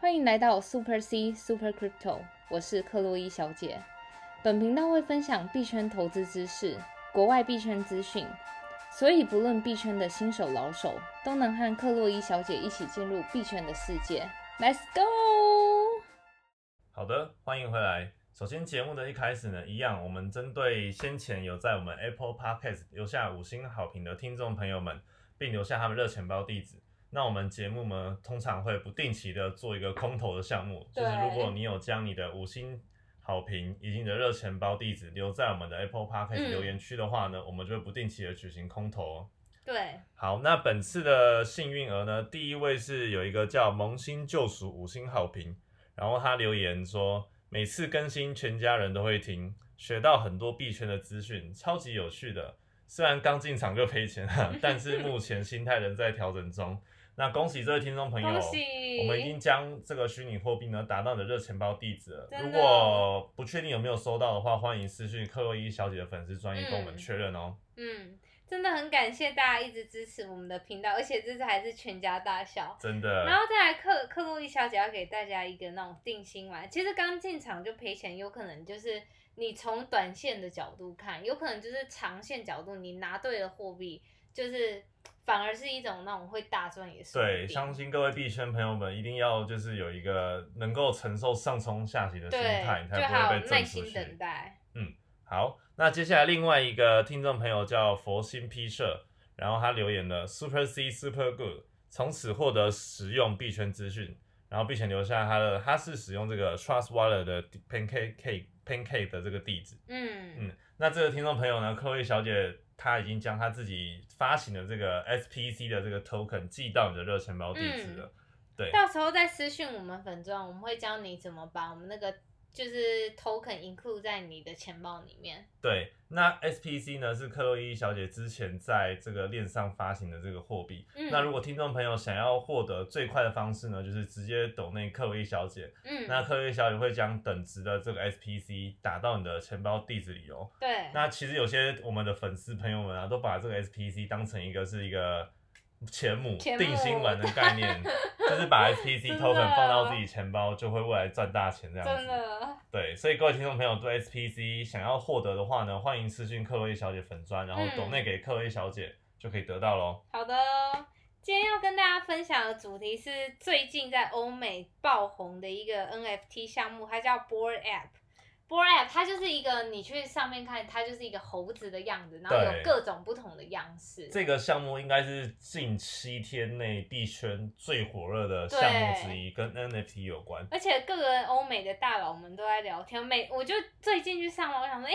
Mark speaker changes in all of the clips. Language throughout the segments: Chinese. Speaker 1: 欢迎来到 Super C Super Crypto，我是克洛伊小姐。本频道会分享币圈投资知识、国外币圈资讯，所以不论币圈的新手老手，都能和克洛伊小姐一起进入币圈的世界。Let's go！
Speaker 2: 好的，欢迎回来。首先，节目的一开始呢，一样，我们针对先前有在我们 Apple Podcast 留下五星好评的听众朋友们，并留下他们热钱包地址。那我们节目呢，通常会不定期的做一个空投的项目，就是
Speaker 1: 对
Speaker 2: 如果你有将你的五星好评以及你的热钱包地址留在我们的 Apple Podcast
Speaker 1: 嗯
Speaker 2: 留言区的话呢，我们就会不定期的举行空投、哦。
Speaker 1: 对，
Speaker 2: 好，那本次的幸运儿呢，第一位是有一个叫萌新救赎五星好评，然后他留言说，每次更新全家人都会听，学到很多币圈的资讯，超级有趣的。虽然刚进场就赔钱了，但是目前心态仍在调整中。那恭喜这位听众朋友，
Speaker 1: 恭喜！
Speaker 2: 我们已经将这个虚拟货币呢打到你的热钱包地址了。
Speaker 1: 真的
Speaker 2: 如果不确定有没有收到的话，欢迎私讯克洛伊小姐的粉丝专业跟我们
Speaker 1: 嗯
Speaker 2: 确认哦。
Speaker 1: 嗯，真的很感谢大家一直支持我们的频道，而且这次还是全家大小。
Speaker 2: 真的。
Speaker 1: 然后再来克克洛伊小姐要给大家一个那种定心丸，其实刚进场就赔钱，有可能就是你从短线的角度看，有可能就是长线角度，你拿对了货币，就是反而是一种那种会大赚也是
Speaker 2: 对，相信各位币圈朋友们一定要就是有一个能够承受上冲下洗的心
Speaker 1: 对
Speaker 2: 态，你，
Speaker 1: 就
Speaker 2: 才不
Speaker 1: 还
Speaker 2: 会
Speaker 1: 有
Speaker 2: 被
Speaker 1: 耐
Speaker 2: 震出
Speaker 1: 心等
Speaker 2: 去。
Speaker 1: 待。
Speaker 2: 好，那接下来另外一个听众朋友叫佛心 P 社，然后他留言了 Super C Super Good，从此获得实用币圈资讯，然后并且留下他的他是使用这个 Trust Wallet 的 Pancake Pancake 的这个地址。
Speaker 1: 嗯，
Speaker 2: 嗯，那这个听众朋友呢，克洛伊小姐她已经将她自己发行的这个 SPC 的这个 token 寄到你的热钱包地
Speaker 1: 嗯
Speaker 2: 址了。对，
Speaker 1: 到时候再私讯我们粉钻，我们会教你怎么把我们那个就是 token include 在你的钱包里面。
Speaker 2: 对，那 SPC 呢是克洛伊小姐之前在这个链上发行的这个货币。
Speaker 1: 嗯，
Speaker 2: 那如果听众朋友想要获得最快的方式呢，就是直接抖内克洛伊小姐。
Speaker 1: 嗯，
Speaker 2: 那克洛伊小姐会将等值的这个 SPC 打到你的钱包地址里哦。
Speaker 1: 对，
Speaker 2: 那其实有些我们的粉丝朋友们啊，都把这个 SPC 当成一个是一个钱母
Speaker 1: 钱母
Speaker 2: 定心丸的 概念，就是把 SPC
Speaker 1: 真的
Speaker 2: token 放到自己钱包，就会未来赚大钱这样
Speaker 1: 真
Speaker 2: 子。
Speaker 1: 的。
Speaker 2: 对，所以各位听众朋友对 SPC 想要获得的话呢，欢迎私信克洛伊小姐粉砖，然后
Speaker 1: 嗯
Speaker 2: 抖内给克洛伊小姐就可以得到喽。
Speaker 1: 好的哦，今天要跟大家分享的主题是最近在欧美爆红的一个 NFT 项目，它叫 Board App。Board App 它就是一个你去上面看，它就是一个猴子的样子，然后有
Speaker 2: 对
Speaker 1: 各种不同的样式。
Speaker 2: 这个项目应该是近七天内币圈最火热的项目之一，跟 NFT 有关。
Speaker 1: 而且各个欧美的大佬们都在聊天，每我就最近去上网，我想说，哎、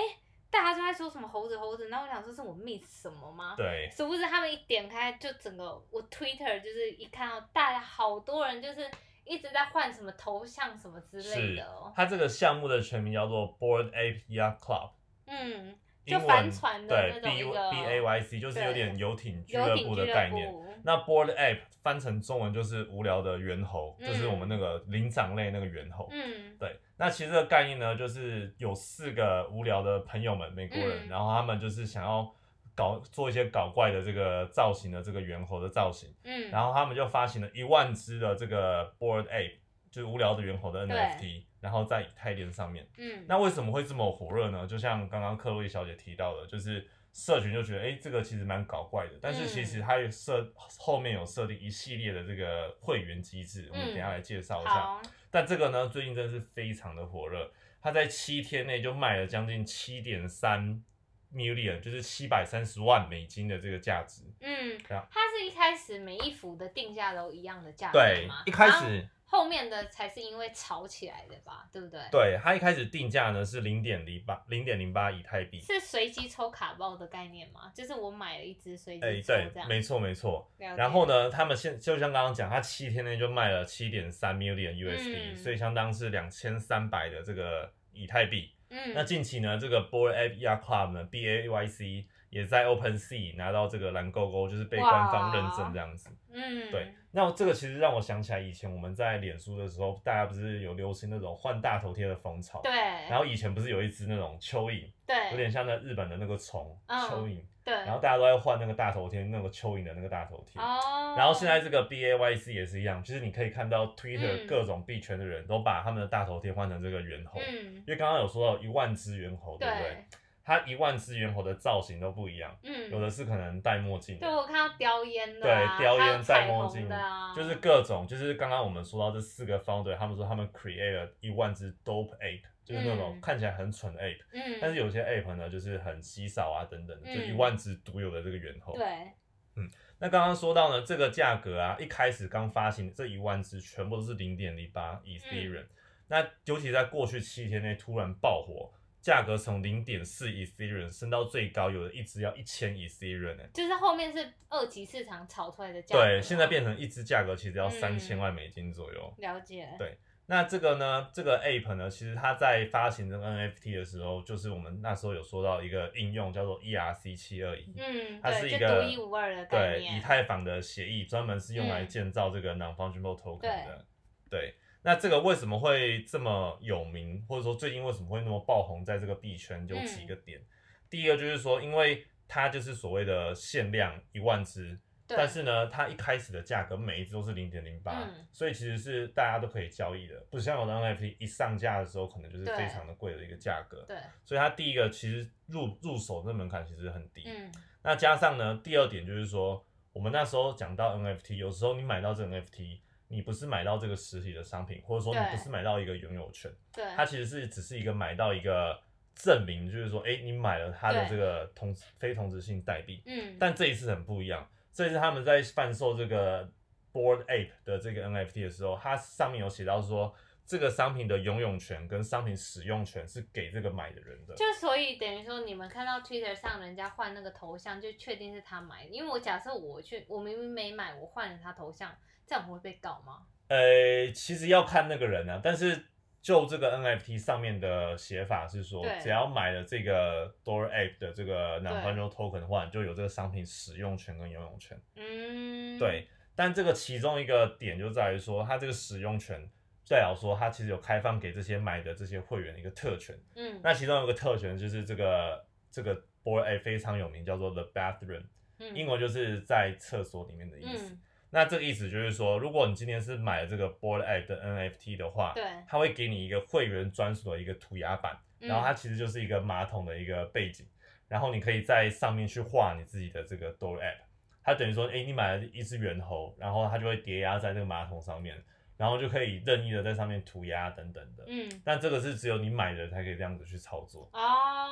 Speaker 1: 大家都在说什么猴子猴子，然后我想说是我 miss 什么吗？
Speaker 2: 对，
Speaker 1: 殊不知他们一点开，就整个我 Twitter 就是一看到大家好多人就是一直在换什么头像什么之类
Speaker 2: 是
Speaker 1: 的哦。
Speaker 2: 它这个项目的全名叫做 Board Ape Yacht Club。
Speaker 1: 嗯，就
Speaker 2: 英文
Speaker 1: 帆船的那
Speaker 2: 对
Speaker 1: 种
Speaker 2: B
Speaker 1: 一
Speaker 2: B A
Speaker 1: 个
Speaker 2: Y C 就是有点游艇俱
Speaker 1: 游
Speaker 2: 乐
Speaker 1: 艇
Speaker 2: 部
Speaker 1: 俱
Speaker 2: 的
Speaker 1: 乐
Speaker 2: 概念。
Speaker 1: 部。
Speaker 2: 那 Board App 翻成中文就是无聊的猿猴，
Speaker 1: 嗯
Speaker 2: 就是我们那个灵长类那个猿猴。
Speaker 1: 嗯
Speaker 2: 对，那其实这个概念呢，就是有四个无聊的朋友们，美国
Speaker 1: 嗯
Speaker 2: 人，然后他们就是想要搞做一些搞怪的这个造型的这个猿猴的造型，
Speaker 1: 嗯，
Speaker 2: 然后他们就发行了一万只的这个 Board App，就是无聊的猿猴的
Speaker 1: 对
Speaker 2: NFT，然后在以太链上面。
Speaker 1: 嗯，
Speaker 2: 那为什么会这么火热呢？就像刚刚克洛伊小姐提到的，就是社群就觉得，哎、这个其实蛮搞怪的。但是其实
Speaker 1: 嗯
Speaker 2: 它有设后面有设定一系列的这个会员机制，我们等一下来介绍一下。
Speaker 1: 好，
Speaker 2: 但这个呢，最近真的是非常的火热，它在七天内就卖了将近七点三 million，就是七百三十万美金的这个价值。
Speaker 1: 嗯，
Speaker 2: 这样
Speaker 1: 它是一开始每一幅的定价都一样的价格
Speaker 2: 对
Speaker 1: 嘛，
Speaker 2: 一开
Speaker 1: 然后
Speaker 2: 始
Speaker 1: 后面的才是因为炒起来的吧，对不对？，
Speaker 2: 对它一开始定价呢是零点零八零点零八以太币。
Speaker 1: 是随机抽卡包的概念吗？就是我买了一只随
Speaker 2: 哎、
Speaker 1: 机抽
Speaker 2: 对
Speaker 1: 这，样，
Speaker 2: 没错没错，
Speaker 1: 了解
Speaker 2: 然后？呢，他们现就像刚刚讲，他七天内就卖了七点三 million USD，、
Speaker 1: 嗯
Speaker 2: 所以相当是两千三百的这个以太币。
Speaker 1: 嗯，
Speaker 2: 那近期呢，这个 Board App Yacht Club 呢 BAYC 也在 Open Sea 拿到这个蓝勾勾，就是被官方认
Speaker 1: 哇
Speaker 2: 证这样子。
Speaker 1: 嗯，
Speaker 2: 对，那这个其实让我想起来，以前我们在脸书的时候，大家不是有流行那种换大头贴的风潮？
Speaker 1: 对，
Speaker 2: 然后以前不是有一只那种蚯蚓，
Speaker 1: 对，
Speaker 2: 有点像那日本的那个虫、
Speaker 1: 嗯
Speaker 2: 蚯蚓，
Speaker 1: 对，
Speaker 2: 然后大家都在换那个大头贴，那个蚯蚓的那个大头贴。
Speaker 1: 哦，
Speaker 2: 然后现在这个 B A Y C 也是一样，就是你可以看到
Speaker 1: 嗯
Speaker 2: Twitter 各种币圈的人都把他们的大头贴换成这个猿猴，
Speaker 1: 嗯
Speaker 2: 因为刚刚有说到一万只猿猴，对不对
Speaker 1: 对？
Speaker 2: 它一万只猿猴的造型都不一样，
Speaker 1: 嗯，
Speaker 2: 有的是可能戴墨镜的
Speaker 1: 对我看到叼烟的、啊，
Speaker 2: 对，叼
Speaker 1: 还有
Speaker 2: 烟戴
Speaker 1: 彩
Speaker 2: 墨
Speaker 1: 虹
Speaker 2: 镜
Speaker 1: 的啊，
Speaker 2: 就是各种，就是刚刚我们说到这四个 founder，他们说他们 create 了一万只 dope ape，就是那种
Speaker 1: 嗯
Speaker 2: 看起来很蠢的 ape，、
Speaker 1: 嗯，
Speaker 2: 但是有些 ape 呢，就是很稀少啊等等的，就
Speaker 1: 嗯
Speaker 2: 一万只独有的这个猿猴。
Speaker 1: 对，
Speaker 2: 那刚刚说到呢，这个价格啊，一开始刚发行的这一万只全部都是零点零八 Ethereum，、那尤其在过去七天内突然爆火，价格从零点四 Ethereum 升到最高，有的一只要一千 Ethereum 呢、
Speaker 1: 就是后面是二级市场炒出来的价格啊，
Speaker 2: 对，现在变成一只价格其实要
Speaker 1: 嗯
Speaker 2: 三千万美金左右。
Speaker 1: 了解，
Speaker 2: 对那这个呢，这个 app 呢，其实它在发行这个 NFT 的时候，就是我们那时候有说到一个应用叫做 ERC 七二一，
Speaker 1: 嗯，
Speaker 2: 它是
Speaker 1: 对，
Speaker 2: 一
Speaker 1: 就
Speaker 2: 个
Speaker 1: 独一无二的概
Speaker 2: 对
Speaker 1: 念，
Speaker 2: 以太坊的协议，专门是用来
Speaker 1: 嗯
Speaker 2: 建造这个 non-fungible token
Speaker 1: 对
Speaker 2: 的。对，那这个为什么会这么有名，或者说最近为什么会那么爆红，在这个币圈有几个
Speaker 1: 嗯
Speaker 2: 点。第一个就是说，因为它就是所谓的限量一万只，
Speaker 1: 对，
Speaker 2: 但是呢，它一开始的价格每一只都是零点零八
Speaker 1: 嗯，
Speaker 2: 所以其实是大家都可以交易的，不像有的 NFT 一上架的时候可能就是
Speaker 1: 对
Speaker 2: 非常的贵的一个价格，
Speaker 1: 对，
Speaker 2: 所以它第一个其实入入手的门槛其实很低。
Speaker 1: 嗯，
Speaker 2: 那加上呢，第二点就是说，我们那时候讲到 NFT，有时候你买到这个 NFT，你不是买到这个实体的商品，或者说你
Speaker 1: 对
Speaker 2: 不是买到一个拥有权，
Speaker 1: 对，
Speaker 2: 它其实是只是一个买到一个证明，就是说，哎、你买了它的
Speaker 1: 对
Speaker 2: 这个同非同质性代币。
Speaker 1: 嗯，
Speaker 2: 但这一次很不一样，这一次他们在贩售这个 Board Ape 的这个 NFT 的时候，它上面有写到说，这个商品的拥有权跟商品使用权是给这个买的人的。
Speaker 1: 就所以等于说，你们看到 Twitter 上人家换那个头像，就确定是他买的。因为我假设我去，我明明没买，我换了他头像，这样我会被告吗？
Speaker 2: 呃，其实要看那个人啊，但是就这个 NFT 上面的写法是说
Speaker 1: 对，
Speaker 2: 只要买了这个 Door App 的这个
Speaker 1: 对
Speaker 2: Non-Fungible Token 的话，你就有这个商品使用权跟拥有权。
Speaker 1: 嗯，
Speaker 2: 对，但这个其中一个点就在于说，它这个使用权代表说它其实有开放给这些买的这些会员的一个特权。
Speaker 1: 嗯，
Speaker 2: 那其中有一个特权就是这个这个 Door App 非常有名，叫做 The Bathroom，
Speaker 1: 嗯
Speaker 2: 英文就是在厕所里面的意思。
Speaker 1: 嗯，
Speaker 2: 那这个意思就是说，如果你今天是买了这个 Board App 的 NFT 的话，
Speaker 1: 对，
Speaker 2: 它会给你一个会员专属的一个涂鸦板，然
Speaker 1: 嗯
Speaker 2: 后它其实就是一个马桶的一个背景，然后你可以在上面去画你自己的这个 Door App。它等于说，哎、你买了一只猿猴，然后它就会叠压在这个马桶上面，然后就可以任意的在上面涂鸦等等的。
Speaker 1: 嗯，嗯
Speaker 2: 但这个是只有你买的才可以这样子去操作，
Speaker 1: 哦，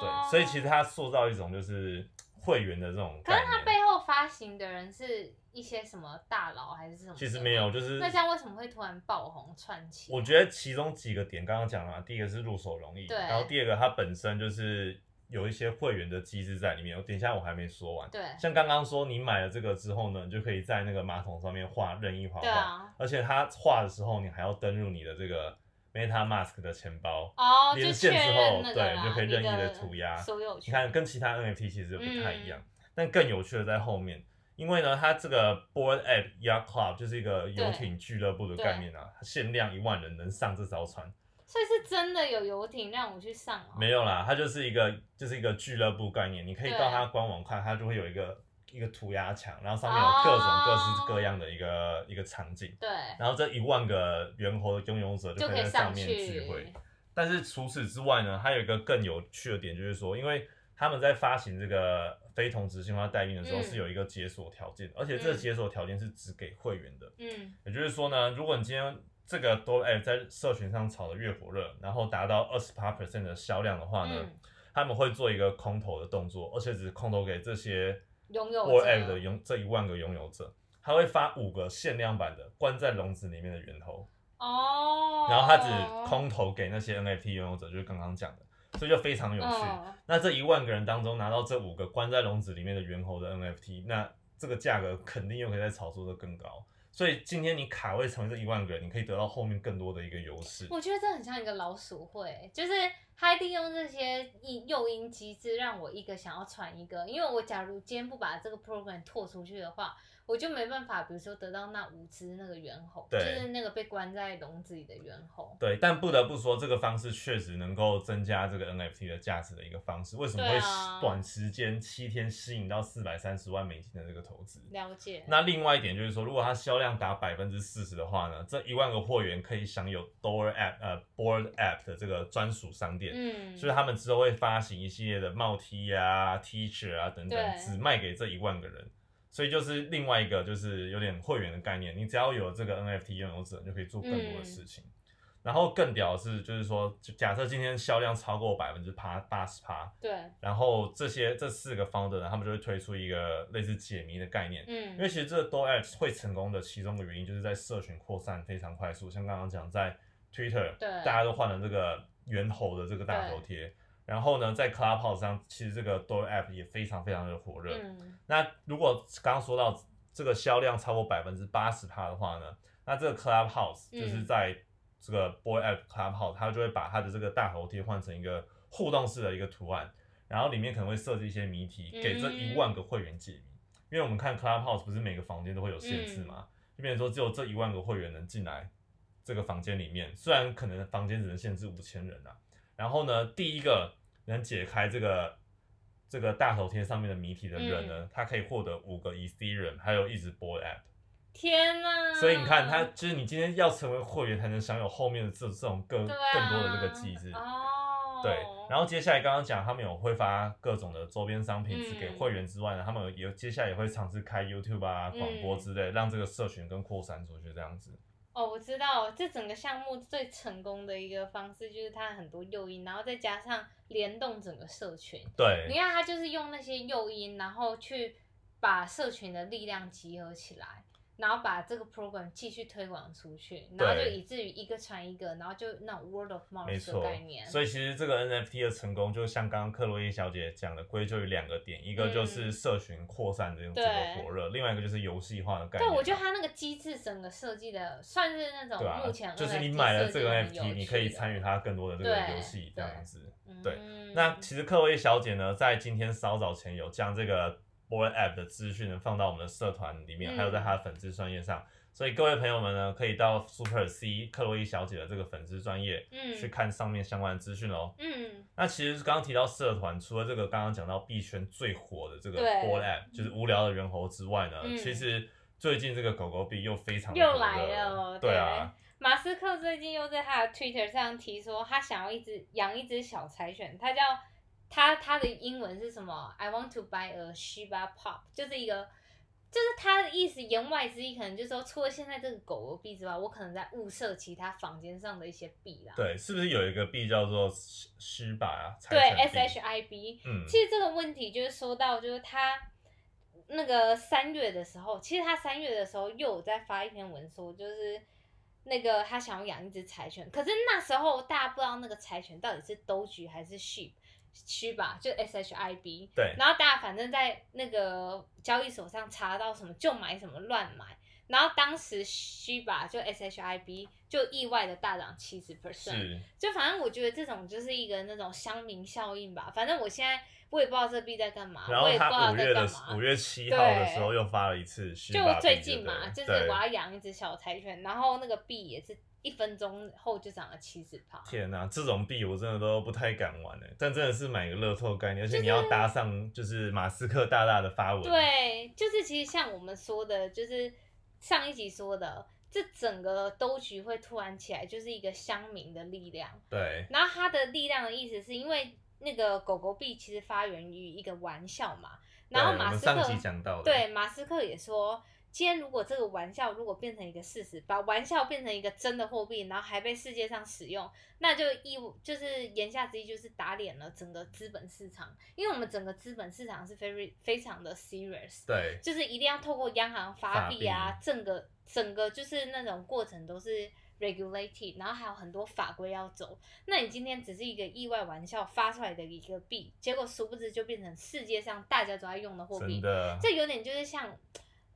Speaker 2: 对，所以其实它塑造一种就是会员的这种
Speaker 1: 可是
Speaker 2: 概
Speaker 1: 他
Speaker 2: 念。
Speaker 1: 背后发行的人是一些什么大佬还是什么？
Speaker 2: 其实没。有，就是
Speaker 1: 那这样为什么会突然爆红串起？
Speaker 2: 我觉得其中几个点刚刚讲了嘛，第一个是入手容易，
Speaker 1: 对
Speaker 2: 然后第二个它本身就是有一些会员的机制在里面。我等一下我还没说完，
Speaker 1: 对
Speaker 2: 像刚刚说你买了这个之后呢，你就可以在那个马桶上面画任意画
Speaker 1: 对
Speaker 2: 画，
Speaker 1: 啊，
Speaker 2: 而且它画的时候你还要登入你的这个 MetaMask 的钱包，
Speaker 1: 哦，就
Speaker 2: 连
Speaker 1: 确
Speaker 2: 线之后
Speaker 1: 认那个啦
Speaker 2: 对就可以任意
Speaker 1: 你的
Speaker 2: 地涂鸦
Speaker 1: 所有权。
Speaker 2: 你看跟其他 NFT 其实不太一样，
Speaker 1: 嗯
Speaker 2: 但更有趣的在后面。因为呢，它这个 Board App Yacht Club 就是一个游艇俱乐部的概念啊，限量一万人能上这艘船，
Speaker 1: 所以是真的有游艇让我去上哦。
Speaker 2: 没有啦，它就是一个就是一个俱乐部概念，你可以
Speaker 1: 对
Speaker 2: 到它官网看，它就会有一个一个涂鸦墙，然后上面有各种
Speaker 1: 哦
Speaker 2: 各式各样的一个、一个场景，
Speaker 1: 对，
Speaker 2: 然后这一万个猿猴的拥有者就
Speaker 1: 就
Speaker 2: 可
Speaker 1: 可
Speaker 2: 以
Speaker 1: 以
Speaker 2: 在上
Speaker 1: 上
Speaker 2: 面聚
Speaker 1: 去。
Speaker 2: 会。但是除此之外呢，还有一个更有趣的点就是说，因为他们在发行这个非同质性化代运的时候
Speaker 1: 嗯
Speaker 2: 是有一个解锁条件，而且这个
Speaker 1: 嗯
Speaker 2: 解锁条件是只给会员的，
Speaker 1: 嗯
Speaker 2: 也就是说呢，如果你今天这个 Door App 在社群上炒得越火热，然后达到二十八 percent 的销量的话呢，
Speaker 1: 嗯，
Speaker 2: 他们会做一个空投的动作，而且只空投给这些
Speaker 1: 拥有
Speaker 2: Bored
Speaker 1: 者
Speaker 2: App 的拥这一万个拥有者，他会发五个限量版的关在笼子里面的猿猴，
Speaker 1: 哦，
Speaker 2: 然后他只空投给那些 NFT 拥有者，就是刚刚讲的，所以就非常有趣。
Speaker 1: 嗯
Speaker 2: 那这一万个人当中拿到这五个关在笼子里面的猿猴的 NFT，那这个价格肯定又可以再炒作的更高。所以今天你卡位成为这一万个人，你可以得到后面更多的一个优势。
Speaker 1: 我觉得这很像一个老鼠会，就是他利用这些诱诱因机制，让我一个想要传一个。因为我假如今天不把这个 program 拓出去的话，我就没办法，比如说得到那五只那个猿猴，就
Speaker 2: 对
Speaker 1: 是那个被关在笼子里的猿猴。
Speaker 2: 对，但不得不说，这个方式确实能够增加这个 NFT 的价值的一个方式。为什么
Speaker 1: 对
Speaker 2: 会
Speaker 1: 啊
Speaker 2: 短时间七天吸引到四百三十万美金的这个投资？
Speaker 1: 了解，
Speaker 2: 那另外一点就是说，如果它销量达百分之四十的话呢，这一万个货源可以享有 Door App 呃 Board App 的这个专属商店，
Speaker 1: 嗯，
Speaker 2: 所以他们之后会发行一系列的帽 T 啊、Teacher 啊等等，
Speaker 1: 对
Speaker 2: 只卖给这一万个人。所以就是另外一个就是有点会员的概念，你只要有这个 NFT 拥有者，你就可以做更多的事
Speaker 1: 嗯
Speaker 2: 情。然后更屌的是，就是说，就假设今天销量超过百分之八八十趴，
Speaker 1: 对，
Speaker 2: 然后这些这四个 founder 呢，他们就会推出一个类似解谜的概念。因为
Speaker 1: 嗯，
Speaker 2: 其实这个 Door App 会成功的其中的原因，就是在社群扩散非常快速，像刚刚讲在 Twitter，
Speaker 1: 对
Speaker 2: 大家都换了这个猿猴的这个大头贴，然后呢，在 Clubhouse 上，其实这个 Door App 也非常非常的火热。
Speaker 1: 嗯，
Speaker 2: 那如果刚刚说到这个销量超过百分之八十趴的话呢，那这个 Clubhouse
Speaker 1: 嗯
Speaker 2: 就是在这个 Boy App Clubhouse，它就会把它的这个大头贴换成一个互动式的一个图案，然后里面可能会设置一些谜题，
Speaker 1: 嗯
Speaker 2: 给这一万个会员解谜。因为我们看 Clubhouse 不是每个房间都会有限制嘛，
Speaker 1: 嗯
Speaker 2: 就变成说只有这一万个会员能进来这个房间里面，虽然可能房间只能限制五千人啊。然后呢，第一个能解开这个这个大头贴上面的谜题的人呢，
Speaker 1: 嗯
Speaker 2: 他可以获得五个 Ethereum，还有一直播 App。
Speaker 1: 天哪！
Speaker 2: 所以你看，他就是你今天要成为会员，才能享有后面的这这种更、
Speaker 1: 对啊
Speaker 2: 更多的这个机制。
Speaker 1: 哦，
Speaker 2: 对，然后接下来刚刚讲，他们有会发各种的周边商品，
Speaker 1: 嗯
Speaker 2: 是给会员之外呢，他们有接下来也会尝试开 YouTube 啊、
Speaker 1: 嗯
Speaker 2: 广播之类，让这个社群更扩散出去，这样子。
Speaker 1: 哦，我知道，这整个项目最成功的一个方式就是它很多诱因，然后再加上联动整个社群。你
Speaker 2: 对，
Speaker 1: 看，它就是用那些诱因，然后去把社群的力量集合起来，然后把这个 program 继续推广出去，然后就
Speaker 2: 对
Speaker 1: 以至于一个传一个，然后就那种 word of
Speaker 2: 没
Speaker 1: mouth 的
Speaker 2: 错
Speaker 1: 概念。。
Speaker 2: 所以其实这个 NFT 的成功，就像刚刚克洛伊小姐讲的，归咎于两个点，一个就是社群扩散这种这
Speaker 1: 嗯对
Speaker 2: 个火热，另外一个就是游戏化的概
Speaker 1: 对，
Speaker 2: 念。啊
Speaker 1: 我觉得它那个机制整个设计的算是那
Speaker 2: 对
Speaker 1: 种
Speaker 2: 啊
Speaker 1: 目前，
Speaker 2: 就是你买了这个
Speaker 1: NFT，
Speaker 2: NFT，你可以参与。它更多的这个
Speaker 1: 对
Speaker 2: 游戏这样子。对
Speaker 1: 嗯、
Speaker 2: 那其实克洛伊小姐呢，在今天稍早前有将这个 Board App 的资讯呢放到我们的社团里面，
Speaker 1: 嗯
Speaker 2: 还有在她的粉丝专业上，所以各位朋友们呢，可以到 Super C 克洛伊小姐的这个粉丝专业
Speaker 1: 嗯
Speaker 2: 去看上面相关的资讯喽。
Speaker 1: 嗯，
Speaker 2: 那其实刚刚提到社团，除了这个刚刚讲到币圈最火的这个
Speaker 1: 对
Speaker 2: Board App，就是无聊的猿猴之外呢，
Speaker 1: 嗯
Speaker 2: 其实最近这个狗狗币又非常地
Speaker 1: 又
Speaker 2: 火
Speaker 1: 来
Speaker 2: 热
Speaker 1: 了哦
Speaker 2: 对啊。
Speaker 1: 马斯克最近又在他的 Twitter 上提说，他想要一只养一只小柴犬，它叫他他的英文是什么？I want to buy a Shiba Pop，就是一个。就是他的意思，言外之意可能就是说，除了现在这个狗狗币之外，我可能在物色其他房间上的一些币啦。
Speaker 2: 对，是不是有一个币叫做施施把啊？财
Speaker 1: 对
Speaker 2: 产币
Speaker 1: ，SHIB，
Speaker 2: 嗯，
Speaker 1: 其实这个问题就是说到，就是他那个三月的时候，其实他三月的时候又有在发一篇文说，就是那个他想要养一只柴犬，可是那时候大家不知道那个柴犬到底是斗菊还是 sheep。区吧，就 S H I B，
Speaker 2: 对
Speaker 1: 然后大家反正在那个交易所上查到什么就买什么，乱买。然后当时虚吧，就 S H I B 就意外的大涨七十 percent，
Speaker 2: 是，
Speaker 1: 就反正我觉得这种就是一个那种乡民效应吧。反正我现在我也不知道这币在干嘛，
Speaker 2: 然
Speaker 1: 啊我
Speaker 2: 后
Speaker 1: 也不知
Speaker 2: 他
Speaker 1: 道
Speaker 2: 五
Speaker 1: 在
Speaker 2: 月
Speaker 1: 干
Speaker 2: 的
Speaker 1: 嘛。
Speaker 2: 五月七号的时候
Speaker 1: 对
Speaker 2: 又发了一次施
Speaker 1: 就
Speaker 2: 把币，
Speaker 1: 最近嘛，
Speaker 2: 对
Speaker 1: 就
Speaker 2: 不
Speaker 1: 是
Speaker 2: 对
Speaker 1: 我要养一只小柴犬，然后那个币也是一分钟后就涨了七十趴。
Speaker 2: 天哪、这种币我真的都不太敢玩哎、但真的是买个乐透概念，而
Speaker 1: 就
Speaker 2: 且
Speaker 1: 是
Speaker 2: 你要搭上就是马斯克大大的发文，，
Speaker 1: 对，就是其实像我们说的，就是上一集说的，这整个兜局会突然起来，就是一个乡民的力量。
Speaker 2: 对
Speaker 1: 然后它的力量的意思是因为那个狗狗币其实发源于一个玩笑嘛，然后
Speaker 2: 对我
Speaker 1: 马
Speaker 2: 们
Speaker 1: 斯克
Speaker 2: 上集讲到的，
Speaker 1: 对，马斯克也说，今天如果这个玩笑如果变成一个事实，把玩笑变成一个真的货币，然后还被世界上使用，那就意就是言下之意就是打脸了整个资本市场，因为我们整个资本市场是非非常的 serious，
Speaker 2: 对
Speaker 1: 就是一定要透过央行发
Speaker 2: 发
Speaker 1: 币啊，
Speaker 2: 币
Speaker 1: 整个整个就是那种过程都是 regulated，然后还有很多法规要走。那你今天只是一个意外玩笑发出来的一个币，结果殊不知就变成世界上大家都在用的货币
Speaker 2: 真，的，
Speaker 1: 这有点就是像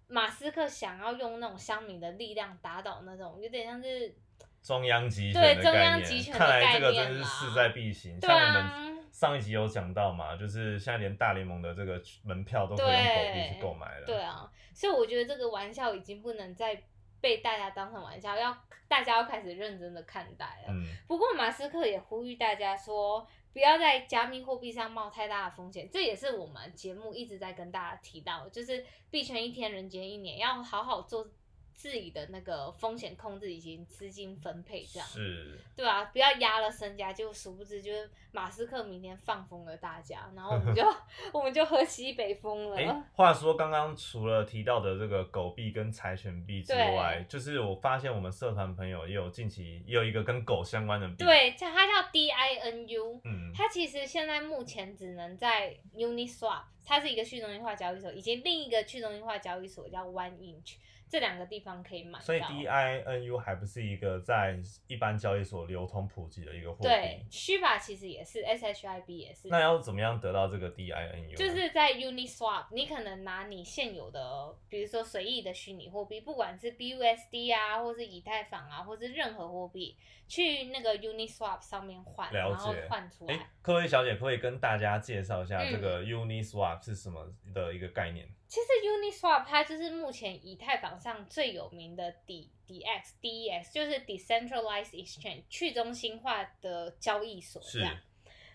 Speaker 1: 马斯克想要用那种乡民的力量打倒那种，有点像是
Speaker 2: 中央集
Speaker 1: 对
Speaker 2: 权的
Speaker 1: 中
Speaker 2: 概
Speaker 1: 央
Speaker 2: 念
Speaker 1: 集权的
Speaker 2: 看来
Speaker 1: 概
Speaker 2: 这个
Speaker 1: 念
Speaker 2: 真是
Speaker 1: 啦
Speaker 2: 势在必行，
Speaker 1: 对
Speaker 2: 像我们
Speaker 1: 啊。
Speaker 2: 上一集有讲到嘛，就是现在连大联盟的这个门票都可以用
Speaker 1: 对
Speaker 2: 狗币去购买了。
Speaker 1: 对，啊，所以我觉得这个玩笑已经不能再被大家当成玩笑，要大家要开始认真的看待了。
Speaker 2: 嗯，
Speaker 1: 不过马斯克也呼吁大家说，不要在加密货币上冒太大的风险，这也是我们节目一直在跟大家提到的，就是币圈一天，人间一年，要好好做自己的那个风险控制以及资金分配，这样
Speaker 2: 是，
Speaker 1: 对啊，不要压了身家，就殊不知就是马斯克明天放风了大家，然后我们就 我们就喝西北风了。
Speaker 2: 哎、话说刚刚除了提到的这个狗币跟柴犬币之外，就是我发现我们社团朋友也有近期也有一个跟狗相关的币。，
Speaker 1: 对，叫它叫 DINU，
Speaker 2: 嗯，
Speaker 1: 它其实现在目前只能在 Uniswap，它是一个去中心化交易所，以及另一个去中心化交易所叫 One Inch，这两个地方可以买到。
Speaker 2: 所以 DINU 还不是一个在一般交易所流通普及的一个货
Speaker 1: 对
Speaker 2: 币。
Speaker 1: ，Shiba 其实也是，SHIB 也是，
Speaker 2: 那要怎么样得到这个 DINU？呢
Speaker 1: 就是在 Uniswap，你可能拿你现有的，比如说随意的虚拟货币，不管是 BUSD 啊，或是以太坊啊，或是任何货币，去那个 Uniswap 上面换，
Speaker 2: 了解
Speaker 1: 然后换出来。
Speaker 2: 哎，克洛伊小姐可以跟大家介绍一下
Speaker 1: 嗯
Speaker 2: 这个 Uniswap 是什么的一个概念？
Speaker 1: 其实 Uniswap 它就是目前以太坊上最有名的 D DX DEX，就是 Decentralized Exchange 去中心化的交易所这样。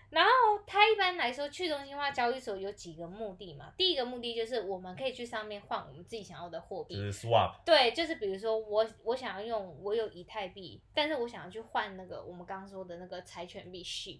Speaker 1: 然后它一般来说去中心化交易所有几个目的嘛，第一个目的就是我们可以去上面换我们自己想要的货币，
Speaker 2: 就是 Swap，
Speaker 1: 对，就是比如说我我想要用我有以太币，但是我想要去换那个我们刚刚说的那个柴犬币 sheep，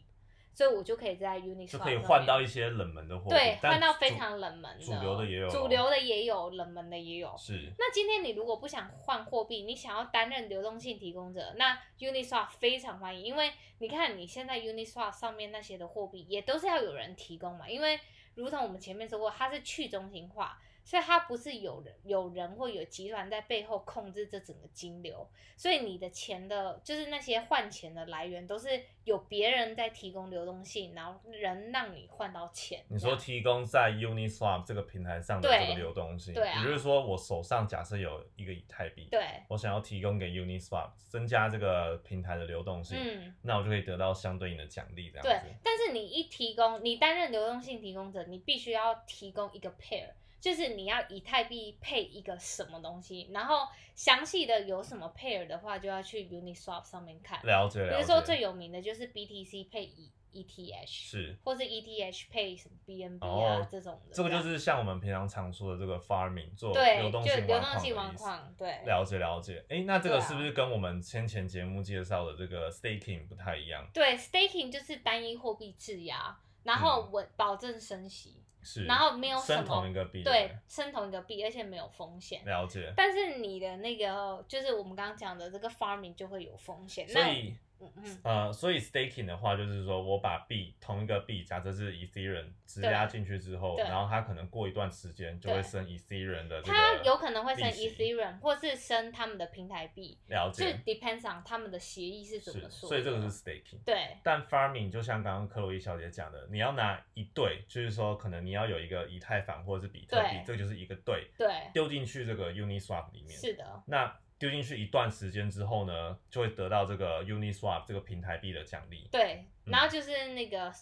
Speaker 1: 所以我就可以在 Uniswap
Speaker 2: 就可以
Speaker 1: 上面
Speaker 2: 换到一些冷门的货币，
Speaker 1: 对
Speaker 2: 但
Speaker 1: 换到
Speaker 2: 主
Speaker 1: 非常冷门的
Speaker 2: 主流的也有哦，
Speaker 1: 主流的也有，冷门的也有。
Speaker 2: 是
Speaker 1: 那今天你如果不想换货币，你想要担任流动性提供者，那 Uniswap 非常欢迎，因为你看你现在 Uniswap 上面那些的货币也都是要有人提供嘛，因为如同我们前面说过，它是去中心化，所以它不是有人有人或有集团在背后控制这整个金流，所以你的钱的，就是那些换钱的来源都是有别人在提供流动性，然后人让你换到钱。
Speaker 2: 你
Speaker 1: 这
Speaker 2: 说
Speaker 1: 样
Speaker 2: 提供在 Uniswap 这个平台上的
Speaker 1: 对
Speaker 2: 这个流动性，
Speaker 1: 对啊
Speaker 2: 也就是说我手上假设有一个以太币，
Speaker 1: 对，
Speaker 2: 我想要提供给 Uniswap 增加这个平台的流动性，
Speaker 1: 嗯。
Speaker 2: 那我就可以得到相对应的奖励，这样
Speaker 1: 对
Speaker 2: 子。，
Speaker 1: 但是你一提供，你担任流动性提供者，你必须要提供一个 pair，就是你要以太币配一个什么东西，然后详细的有什么 pair 的话，就要去 Uniswap 上面看。
Speaker 2: 了解
Speaker 1: 比
Speaker 2: 了
Speaker 1: 如
Speaker 2: 解。
Speaker 1: 说最有名的就是 BTC 配 E ETH，
Speaker 2: 是
Speaker 1: 或是 ETH 配什么 BNB 啊、
Speaker 2: 哦
Speaker 1: 这种的。
Speaker 2: 这个就是像我们平常常说的这个 farming 做
Speaker 1: 对，
Speaker 2: 流动
Speaker 1: 就
Speaker 2: 性
Speaker 1: 流
Speaker 2: 挖
Speaker 1: 动性
Speaker 2: 矿的
Speaker 1: 挖
Speaker 2: 意思。
Speaker 1: 矿，对，
Speaker 2: 了解了解，哎，那这个
Speaker 1: 对啊
Speaker 2: 是不是跟我们先前节目介绍的这个 staking 不太一样？
Speaker 1: 对，staking 就是单一货币质押，然后稳保证升息，
Speaker 2: 嗯是，
Speaker 1: 然后没有什
Speaker 2: 生
Speaker 1: 么
Speaker 2: 同一个币，
Speaker 1: 对，升同一个币，而且没有风险。
Speaker 2: 了解。
Speaker 1: 但是你的那个就是我们刚刚讲的这个 farming 就会有风险，
Speaker 2: 所
Speaker 1: 那
Speaker 2: 以
Speaker 1: 嗯嗯，
Speaker 2: 呃，所以 staking 的话，就是说我把币同一个币，假设是 Ethereum 质押进去之后，
Speaker 1: 对
Speaker 2: 然后它可能过一段时间就会
Speaker 1: 对
Speaker 2: 升 Ethereum 的这
Speaker 1: 它
Speaker 2: 个，
Speaker 1: 有可能会升
Speaker 2: 利息
Speaker 1: Ethereum 或是升他们的平台币，
Speaker 2: 了
Speaker 1: 就
Speaker 2: 解
Speaker 1: depends on 他们的协议是怎么
Speaker 2: 是，
Speaker 1: 说的。
Speaker 2: 所以这个是 staking。
Speaker 1: 对
Speaker 2: 但 farming 就像刚刚克洛伊小姐讲的，你要拿一对，就是说可能你要有一个以太坊或者是比特币
Speaker 1: 对，
Speaker 2: 这就是一个对
Speaker 1: 对，
Speaker 2: 丢进去这个 Uniswap 里面。
Speaker 1: 是的，
Speaker 2: 那丢进去一段时间之后呢，就会得到这个 Uniswap 这个平台币的奖励。
Speaker 1: 对。
Speaker 2: 嗯
Speaker 1: 然后就是那个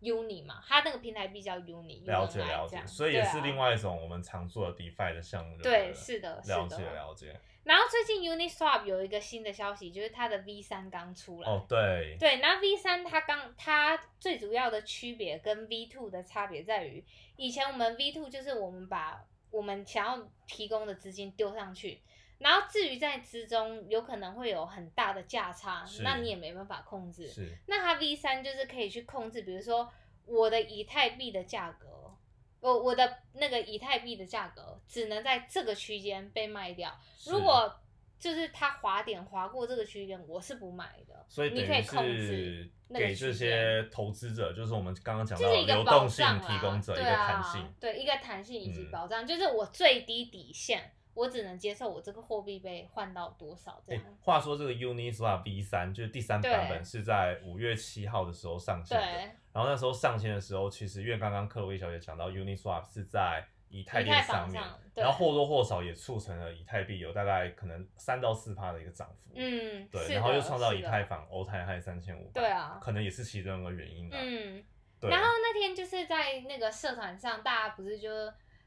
Speaker 1: Uni 嘛，它那个平台币叫 Uni，
Speaker 2: 了解
Speaker 1: UNI
Speaker 2: 了
Speaker 1: 这
Speaker 2: 解，
Speaker 1: 样
Speaker 2: 所以也是
Speaker 1: 对啊
Speaker 2: 另外一种我们常做的 DeFi 的项目。
Speaker 1: 对，
Speaker 2: 不
Speaker 1: 是的，是
Speaker 2: 了解
Speaker 1: 的。
Speaker 2: 了解。
Speaker 1: 然后最近 Uniswap 有一个新的消息，就是它的 V 三刚出来。
Speaker 2: 哦，对，
Speaker 1: 对，那 V 三它刚它最主要的区别跟 V two 的差别在于，以前我们 V two 就是我们把我们想要提供的资金丢上去，然后至于在之中有可能会有很大的价差
Speaker 2: 是，
Speaker 1: 那你也没办法控制。
Speaker 2: 是
Speaker 1: 那它 V 三就是可以去控制，比如说我的以太币的价格，我我的那个以太币的价格只能在这个区间被卖掉，
Speaker 2: 是
Speaker 1: 如果就是它滑点滑过这个区间，我是不买的，
Speaker 2: 所以等
Speaker 1: 你可
Speaker 2: 于
Speaker 1: 以控制，
Speaker 2: 是
Speaker 1: 那个
Speaker 2: 给这
Speaker 1: 区
Speaker 2: 些投资者，就是我们刚刚讲
Speaker 1: 这
Speaker 2: 到
Speaker 1: 是一
Speaker 2: 流
Speaker 1: 个保
Speaker 2: 动性
Speaker 1: 障啦，
Speaker 2: 提供者一
Speaker 1: 对
Speaker 2: 个
Speaker 1: 啊，
Speaker 2: 弹性。
Speaker 1: 对一个弹性以及
Speaker 2: 嗯
Speaker 1: 保障，就是我最低底线，我只能接受我这个货币被换到多少这
Speaker 2: 哎
Speaker 1: 样。，
Speaker 2: 话说这个 Uniswap V 三就是第三
Speaker 1: 对
Speaker 2: 版本是在五月七号的时候上线的，
Speaker 1: 对，
Speaker 2: 然后那时候上线的时候，其实因为刚刚克洛伊小姐讲到 Uniswap 是在以太
Speaker 1: 以
Speaker 2: 币
Speaker 1: 太
Speaker 2: 上
Speaker 1: 坊
Speaker 2: 面，
Speaker 1: 上，对
Speaker 2: 然后或多或少也促成了以太币有大概可能三到四趴的一个涨幅。，
Speaker 1: 嗯，
Speaker 2: 对，
Speaker 1: 是
Speaker 2: 然后
Speaker 1: 的
Speaker 2: 又创造
Speaker 1: 是
Speaker 2: 以
Speaker 1: 的
Speaker 2: 太坊、欧太还三千五，
Speaker 1: 对啊
Speaker 2: 可能也是其中一个原因啦。
Speaker 1: 嗯，
Speaker 2: 对，啊
Speaker 1: 然后那天就是在那个社团上，大家不是就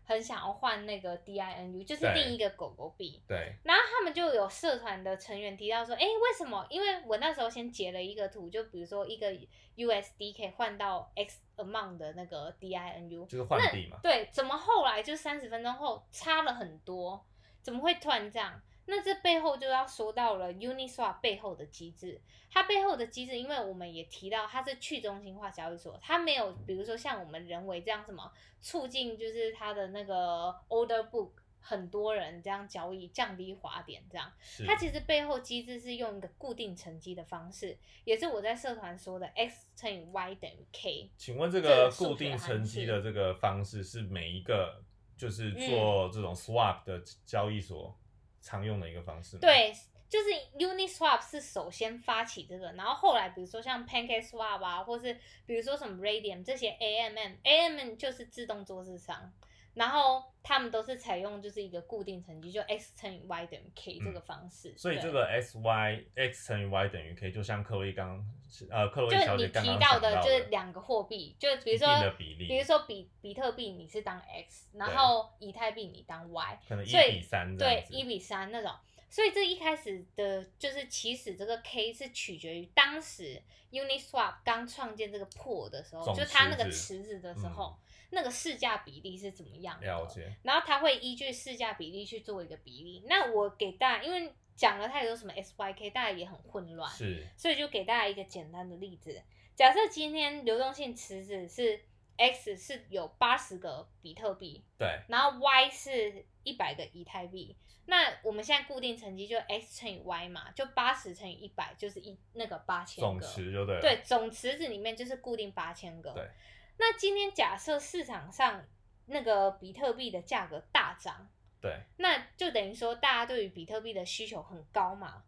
Speaker 1: 很想要换那个 DINU，就是
Speaker 2: 对
Speaker 1: 另一个狗狗币。
Speaker 2: 对
Speaker 1: 然后他们就有社团的成员提到说，哎，为什么？因为我那时候先截了一个图，就比如说一个 USD 可以换到 X amount 的那个 DINU，
Speaker 2: 就是换币嘛，
Speaker 1: 对，怎么后来就三十分钟后差了很多？怎么会突然这样？那这背后就要说到了 Uniswap 背后的机制，它背后的机制，因为我们也提到它是去中心化交易所，它没有比如说像我们人为这样什么促进，就是它的那个 order book 很多人这样交易，降低滑点这样。
Speaker 2: 是
Speaker 1: 它其实背后机制是用一个固定乘积的方式，也是我在社团说的 x 乘以 y 等于 k。
Speaker 2: 请问这
Speaker 1: 这
Speaker 2: 个
Speaker 1: 个
Speaker 2: 固
Speaker 1: 数学
Speaker 2: 定乘
Speaker 1: 函
Speaker 2: 积
Speaker 1: 数
Speaker 2: 的这个方式是每一个就是
Speaker 1: 嗯
Speaker 2: 做这种 swap 的交易所常用的一个方式吗？，
Speaker 1: 对，就是 Uniswap 是首先发起这个，然后后来比如说像 PancakeSwap 啊，或是比如说什么 Radium 这些 AMM，AMM 就是自动做市商，然后他们都是采用就是一个固定乘积，就 x 乘以 y 等于 k 这个方式。
Speaker 2: 嗯所以这
Speaker 1: 对
Speaker 2: 个 x y x 乘以 y 等于 k，就像克洛伊刚呃克洛伊
Speaker 1: 就
Speaker 2: 小
Speaker 1: 你
Speaker 2: 姐刚
Speaker 1: 提
Speaker 2: 刚
Speaker 1: 到
Speaker 2: 讲
Speaker 1: 的，
Speaker 2: 的，
Speaker 1: 就是两个货币，就比
Speaker 2: 一
Speaker 1: 如
Speaker 2: 定
Speaker 1: 说，
Speaker 2: 的比例，
Speaker 1: 比如说比比特币你是当 x，然后以太币你当 y，
Speaker 2: 可能一
Speaker 1: 所以
Speaker 2: 比三这样
Speaker 1: 对
Speaker 2: 子，
Speaker 1: 一比三那种。所以这一开始的，就是起始这个 K 是取决于当时 Uniswap 刚创建这个 pool 的时候，
Speaker 2: 总
Speaker 1: 就它那个
Speaker 2: 池
Speaker 1: 池
Speaker 2: 嗯
Speaker 1: 子的时候，那个市价比例是怎么样的？
Speaker 2: 了解，
Speaker 1: 然后它会依据市价比例去做一个比例。那我给大家，因为讲了太多什么 SYK，大家也很混乱，
Speaker 2: 是
Speaker 1: 所以就给大家一个简单的例子。假设今天流动性池子是 X 是有八十个比特币，
Speaker 2: 对
Speaker 1: 然后 y 是一百个以太币。那我们现在固定乘积就 x 乘以 y 嘛，就八十乘以一百就是一那个八千
Speaker 2: 总
Speaker 1: 个，
Speaker 2: 池就对了，
Speaker 1: 对，总池子里面就是固定八千个。
Speaker 2: 对，
Speaker 1: 那今天假设市场上那个比特币的价格大涨，
Speaker 2: 对
Speaker 1: 那就等于说大家对于比特币的需求很高嘛。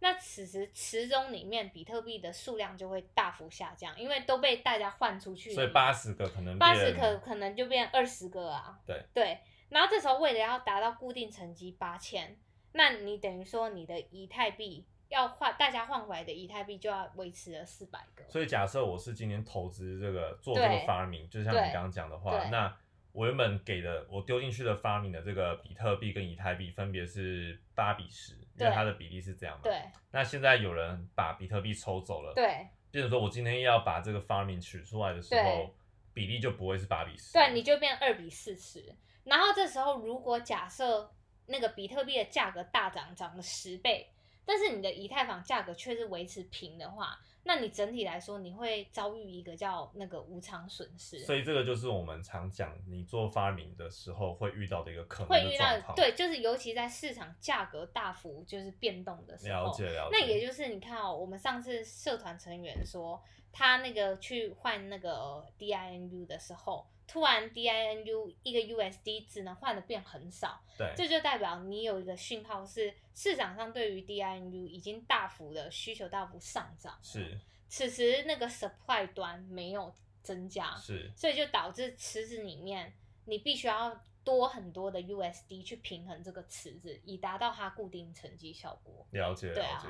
Speaker 1: 那此时池中里面比特币的数量就会大幅下降，因为都被大家换出去了嘛。
Speaker 2: 所以八十个可能
Speaker 1: 八十
Speaker 2: 变
Speaker 1: 可可能就变二十个啊。
Speaker 2: 对
Speaker 1: 对，然后这时候为了要达到固定成绩八千，那你等于说你的以太币要换，大家换回来的以太币就要维持了四百个。
Speaker 2: 所以假设我是今天投资这个做这
Speaker 1: 对
Speaker 2: 个 farming，就像你
Speaker 1: 对
Speaker 2: 刚刚讲的话，
Speaker 1: 对
Speaker 2: 那我原本给的我丢进去的 farming 的这个比特币跟以太币分别是八比十，因为
Speaker 1: 对
Speaker 2: 它的比例是这样嘛。。
Speaker 1: 对
Speaker 2: 那现在有人把比特币抽走了，，
Speaker 1: 对
Speaker 2: 变成说我今天要把这个 farming 取出来的时候
Speaker 1: 对，
Speaker 2: 比例就不会是八比十。
Speaker 1: 对，你就变二比四十。然后这时候如果假设那个比特币的价格大涨，涨了十倍，但是你的以太坊价格却是维持平的话，那你整体来说你会遭遇一个叫那个无偿损失。
Speaker 2: 所以这个就是我们常讲，你做 farming 的时候会遇到的一个可能
Speaker 1: 会
Speaker 2: 的
Speaker 1: 遇
Speaker 2: 状
Speaker 1: 到
Speaker 2: 况。
Speaker 1: 对，就是尤其在市场价格大幅就是变动的时
Speaker 2: 了
Speaker 1: 候，
Speaker 2: 解了解。
Speaker 1: 那也就是你看哦，我们上次社团成员说他那个去换那个 DINU 的时候，突然 DINU 一个 USD 只能换的变很少，
Speaker 2: 对，
Speaker 1: 这就代表你有一个讯号是市场上对于 DINU 已经大幅的需求大幅上涨，
Speaker 2: 是
Speaker 1: 此时那个 supply 端没有增加，
Speaker 2: 是
Speaker 1: 所以就导致池子里面你必须要多很多的 USD 去平衡这个池子，以达到它固定成绩效果。
Speaker 2: 了解
Speaker 1: 对
Speaker 2: 了
Speaker 1: 啊
Speaker 2: 解，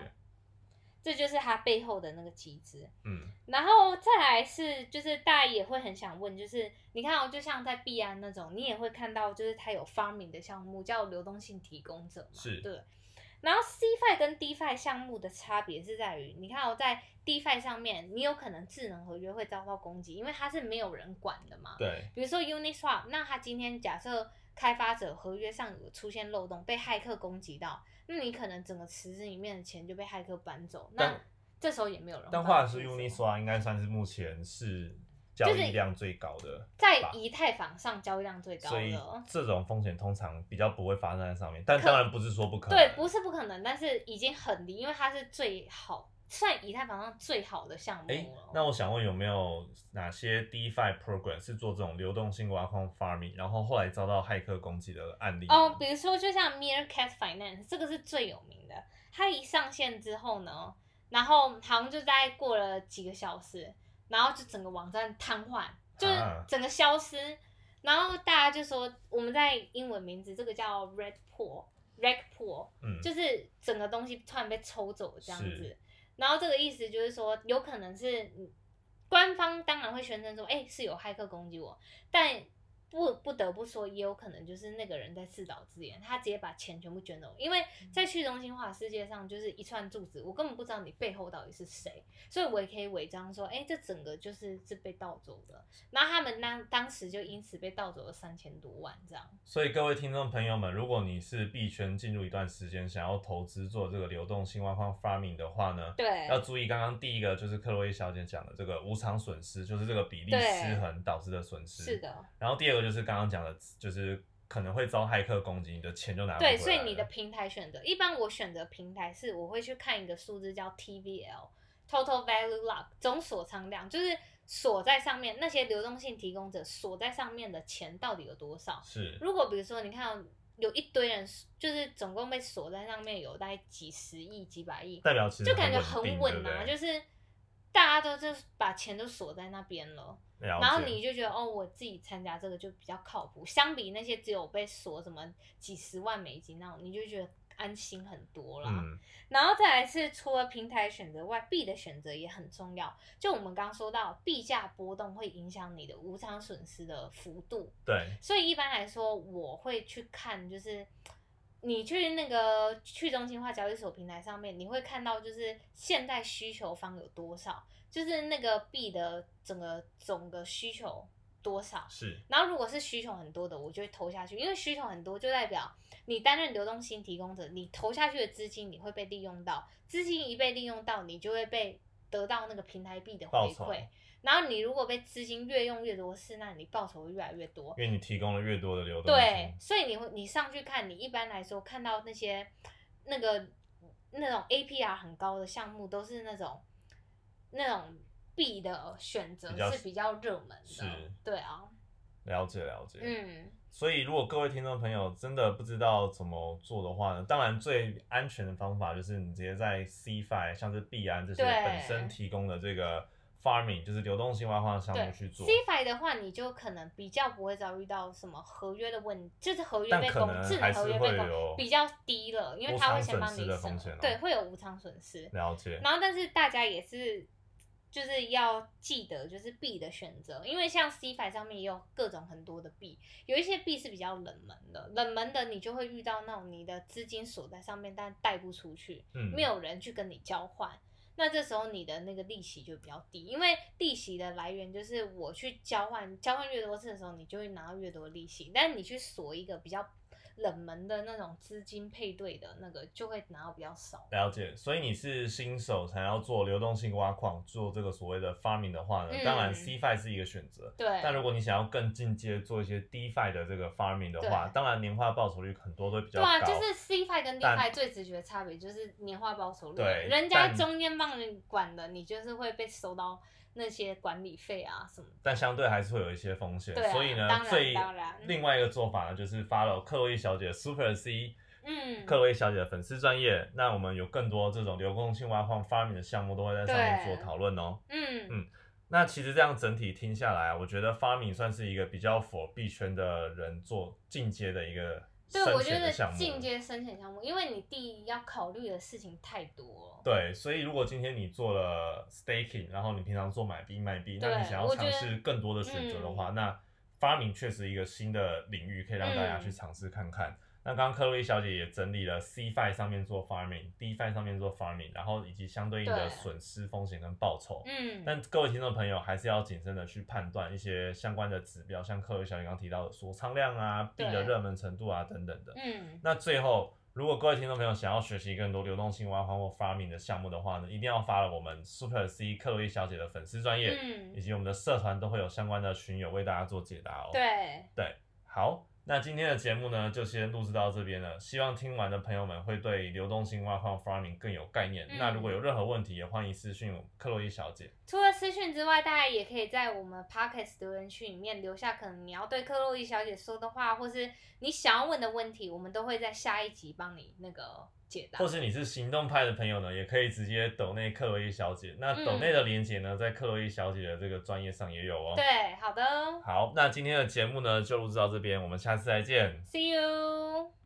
Speaker 1: 这就是它背后的那个机制。
Speaker 2: 嗯。
Speaker 1: 然后再来是，就是大家也会很想问，就是你看哦，就像在币安那种，你也会看到，就是它有 farming 的项目叫流动性提供者嘛，
Speaker 2: 是
Speaker 1: 对。然后 CFI 跟 DeFi 项目的差别是在于，你看哦，在 DeFi 上面，你有可能智能合约会遭到攻击，因为它是没有人管的嘛，
Speaker 2: 对，
Speaker 1: 比如说 Uniswap，那它今天假设开发者合约上有出现漏洞，被骇客攻击到，那你可能整个池子里面的钱就被骇客搬走，那
Speaker 2: 但
Speaker 1: 这时候也没有人帮
Speaker 2: 但
Speaker 1: 你
Speaker 2: 话
Speaker 1: 做什么。
Speaker 2: 是 Uniswap 应该算是目前是交
Speaker 1: 就
Speaker 2: 易
Speaker 1: 是
Speaker 2: 量最高的，
Speaker 1: 在以太坊上交易量最高哦
Speaker 2: 所以
Speaker 1: 了。
Speaker 2: 这种风险通常比较不会发生在上面。但当然不是说不可能，
Speaker 1: 对，不是不可能，但是已经很低，因为它是最好，算以太坊上最好的项目
Speaker 2: 哎
Speaker 1: 了。，
Speaker 2: 那我想问有没有哪些 DeFi program 是做这种流动性挖矿 farming，然后后来遭到骇客攻击的案例？
Speaker 1: 哦，比如说就像 Meerkat Finance 这个是最有名的，它一上线之后呢，然后好像就在过了几个小时，然后就整个网站瘫痪，就是
Speaker 2: 啊
Speaker 1: 整个消失，然后大家就说我们在英文名字这个叫 Red Pool。Red Pool
Speaker 2: 嗯，
Speaker 1: 就是整个东西突然被抽走这样
Speaker 2: 是
Speaker 1: 子，然后这个意思就是说，有可能是嗯官方当然会宣称说，哎、是有骇客攻击我，但不不得不说，也有可能就是那个人在自导自演，他直接把钱全部卷走，因为
Speaker 2: 嗯
Speaker 1: 在去中心化世界上就是一串柱子，我根本不知道你背后到底是谁，所以我也可以违章说，哎、这整个就是是被盗走的，然后他们当当时就因此被盗走了三千多万这样。
Speaker 2: 所以各位听众朋友们，如果你是币圈进入一段时间，想要投资做这个流动性外放 farming 的话呢，
Speaker 1: 对，
Speaker 2: 要注意刚刚第一个就是克洛伊小姐讲的这个无偿损失，就是这个比例
Speaker 1: 对
Speaker 2: 失衡导致的损失。
Speaker 1: 是。的，
Speaker 2: 然后第二个就是刚刚讲的，就是可能会遭骇客攻击，你的钱就拿不回来
Speaker 1: 对，
Speaker 2: 了。
Speaker 1: 所以你的平台选择，一般我选择平台是我会去看一个数字叫 TVL（Total Value Lock），总锁仓量，就是锁在上面那些流动性提供者锁在上面的钱到底有多少。
Speaker 2: 是
Speaker 1: 如果比如说你看哦有一堆人，就是总共被锁在上面有大概几十亿、几百亿，
Speaker 2: 代表其实
Speaker 1: 就感觉很
Speaker 2: 很定
Speaker 1: 稳
Speaker 2: 对
Speaker 1: 啊，
Speaker 2: 不对
Speaker 1: 就是大家都就是把钱都锁在那边了。
Speaker 2: 了解
Speaker 1: 然后你就觉得哦，我自己参加这个就比较靠谱，相比那些只有被锁什么几十万美金那种，你就觉得安心很多啦。
Speaker 2: 嗯，
Speaker 1: 然后再来是除了平台选择外，币的选择也很重要。就我们刚说到，币价波动会影响你的无偿损失的幅度，
Speaker 2: 对，
Speaker 1: 所以一般来说我会去看，就是你去那个去中心化交易所平台上面，你会看到就是现在需求方有多少，就是那个币的整个总的需求多少。
Speaker 2: 是
Speaker 1: 然后如果是需求很多的，我就会投下去，因为需求很多就代表你担任流动性提供者，你投下去的资金你会被利用到，资金一被利用到，你就会被得到那个平台币的回
Speaker 2: 报酬
Speaker 1: 馈。然后你如果被资金越用越多次，那你报酬会越来越多。
Speaker 2: 因为你提供了越多的流动性，
Speaker 1: 对，所以你会你上去看，你一般来说看到那些那个那种 APR 很高的项目，都是那种那种币的选择
Speaker 2: 比较
Speaker 1: 是比较热门
Speaker 2: 是
Speaker 1: 的，对啊，
Speaker 2: 了解了解。
Speaker 1: 嗯，
Speaker 2: 所以，如果各位听众朋友真的不知道怎么做的话呢，当然最安全的方法就是你直接在 CFI，像是币安这些
Speaker 1: 对
Speaker 2: 本身提供的这个 farming，就是流动性外化的项
Speaker 1: 对
Speaker 2: 目去做
Speaker 1: c。f i 的话，你就可能比较不会遭遇到什么合约的问，就是合约
Speaker 2: 但
Speaker 1: 被
Speaker 2: 可
Speaker 1: 攻
Speaker 2: 能，
Speaker 1: 智
Speaker 2: 还
Speaker 1: 能
Speaker 2: 是
Speaker 1: 合约
Speaker 2: 会
Speaker 1: 被
Speaker 2: 有
Speaker 1: 攻比较低了，因为
Speaker 2: 无
Speaker 1: 它会
Speaker 2: 偿
Speaker 1: 先帮
Speaker 2: 损失
Speaker 1: 你
Speaker 2: 的
Speaker 1: 审
Speaker 2: 风险哦
Speaker 1: 对，会有无偿损失。
Speaker 2: 了解，
Speaker 1: 然后，但是大家也是就是要记得，就是币的选择，因为像 C f i 上面也有各种很多的币，有一些币是比较冷门的，冷门的你就会遇到那种你的资金锁在上面，但贷不出去，
Speaker 2: 嗯，
Speaker 1: 没有人去跟你交换。那这时候你的那个利息就比较低，因为利息的来源就是我去交换，交换越多次的时候，你就会拿到越多利息。但你去锁一个比较冷门的那种资金配对的那个，就会拿到比较少。
Speaker 2: 了解，所以你是新手才要做流动性挖矿，做这个所谓的 farming 的话呢，
Speaker 1: 嗯
Speaker 2: 当然 CFI 是一个选择。
Speaker 1: 对，
Speaker 2: 但如果你想要更进阶做一些 DeFi 的这个 farming 的话，
Speaker 1: 对
Speaker 2: 当然年化报酬率很多都会比较
Speaker 1: 对
Speaker 2: 高。
Speaker 1: 啊，就是 CFI 跟
Speaker 2: 但
Speaker 1: DFI 最直觉的差别就是年化报酬率，
Speaker 2: 对
Speaker 1: 人家
Speaker 2: 但
Speaker 1: 中间帮你管的，你就是会被收到那些管理费啊什么的。
Speaker 2: 但相对还是会有一些风险。
Speaker 1: 对啊
Speaker 2: 所以呢
Speaker 1: 当，然
Speaker 2: 最
Speaker 1: 当然
Speaker 2: 另外一个做法呢，就是 follow 克洛伊小姐 Super C，
Speaker 1: 嗯，
Speaker 2: 克洛伊小姐的粉丝专业。那我们有更多这种流动性挖矿 farming 的项目都会在上面
Speaker 1: 对
Speaker 2: 做讨论哦。
Speaker 1: 嗯，
Speaker 2: 那其实这样整体听下来啊，我觉得 farming 算是一个比较 for 币圈的人做进阶的一个
Speaker 1: 对，我
Speaker 2: 深
Speaker 1: 觉
Speaker 2: 潜
Speaker 1: 得
Speaker 2: 的项目。
Speaker 1: 进阶申请项目，因为你第一要考虑的事情太多了。
Speaker 2: 对，所以如果今天你做了 staking，然后你平常做买币卖币，那
Speaker 1: 对
Speaker 2: 你想要
Speaker 1: 我觉得
Speaker 2: 尝
Speaker 1: 嗯
Speaker 2: 试更多的选择的话，那发明确实一个新的领域，可以让大家去
Speaker 1: 嗯
Speaker 2: 尝试看看。那刚刚克洛伊小姐也整理了 CFI 上面做 farming，DFI 上面做 farming，然后以及相对应的
Speaker 1: 对
Speaker 2: 损失风险跟报酬。
Speaker 1: 嗯，
Speaker 2: 但各位听众朋友还是要谨慎的去判断一些相关的指标，像克洛伊小姐刚刚提到的锁仓量啊、币的
Speaker 1: 对
Speaker 2: 热门程度啊等等的。
Speaker 1: 嗯，
Speaker 2: 那最后，如果各位听众朋友想要学习更多流动性挖矿或 farming 的项目的话呢，一定要发了我们 Super C 克洛伊小姐的粉丝专业，以
Speaker 1: 嗯，
Speaker 2: 及我们的社团都会有相关的群友为大家做解答哦。，
Speaker 1: 对，
Speaker 2: 好，那今天的节目呢就先录制到这边了，希望听完的朋友们会对流动性挖矿 farming 更有概念。
Speaker 1: 嗯
Speaker 2: 那如果有任何问题，也欢迎私讯我们克洛伊小姐。
Speaker 1: 除了私讯之外，大家也可以在我们 podcast 留言区里面留下可能你要对克洛伊小姐说的话，或是你想要问的问题，我们都会在下一集帮你那个解答
Speaker 2: 或。是你是行动派的朋友呢，也可以直接抖内克洛伊小姐。那
Speaker 1: 嗯
Speaker 2: 抖内的连接呢，在克洛伊小姐的这个专业上也有哦。
Speaker 1: 对，好的哦
Speaker 2: 好，那今天的节目呢就录制到这边，我们下次再见。
Speaker 1: ，See you。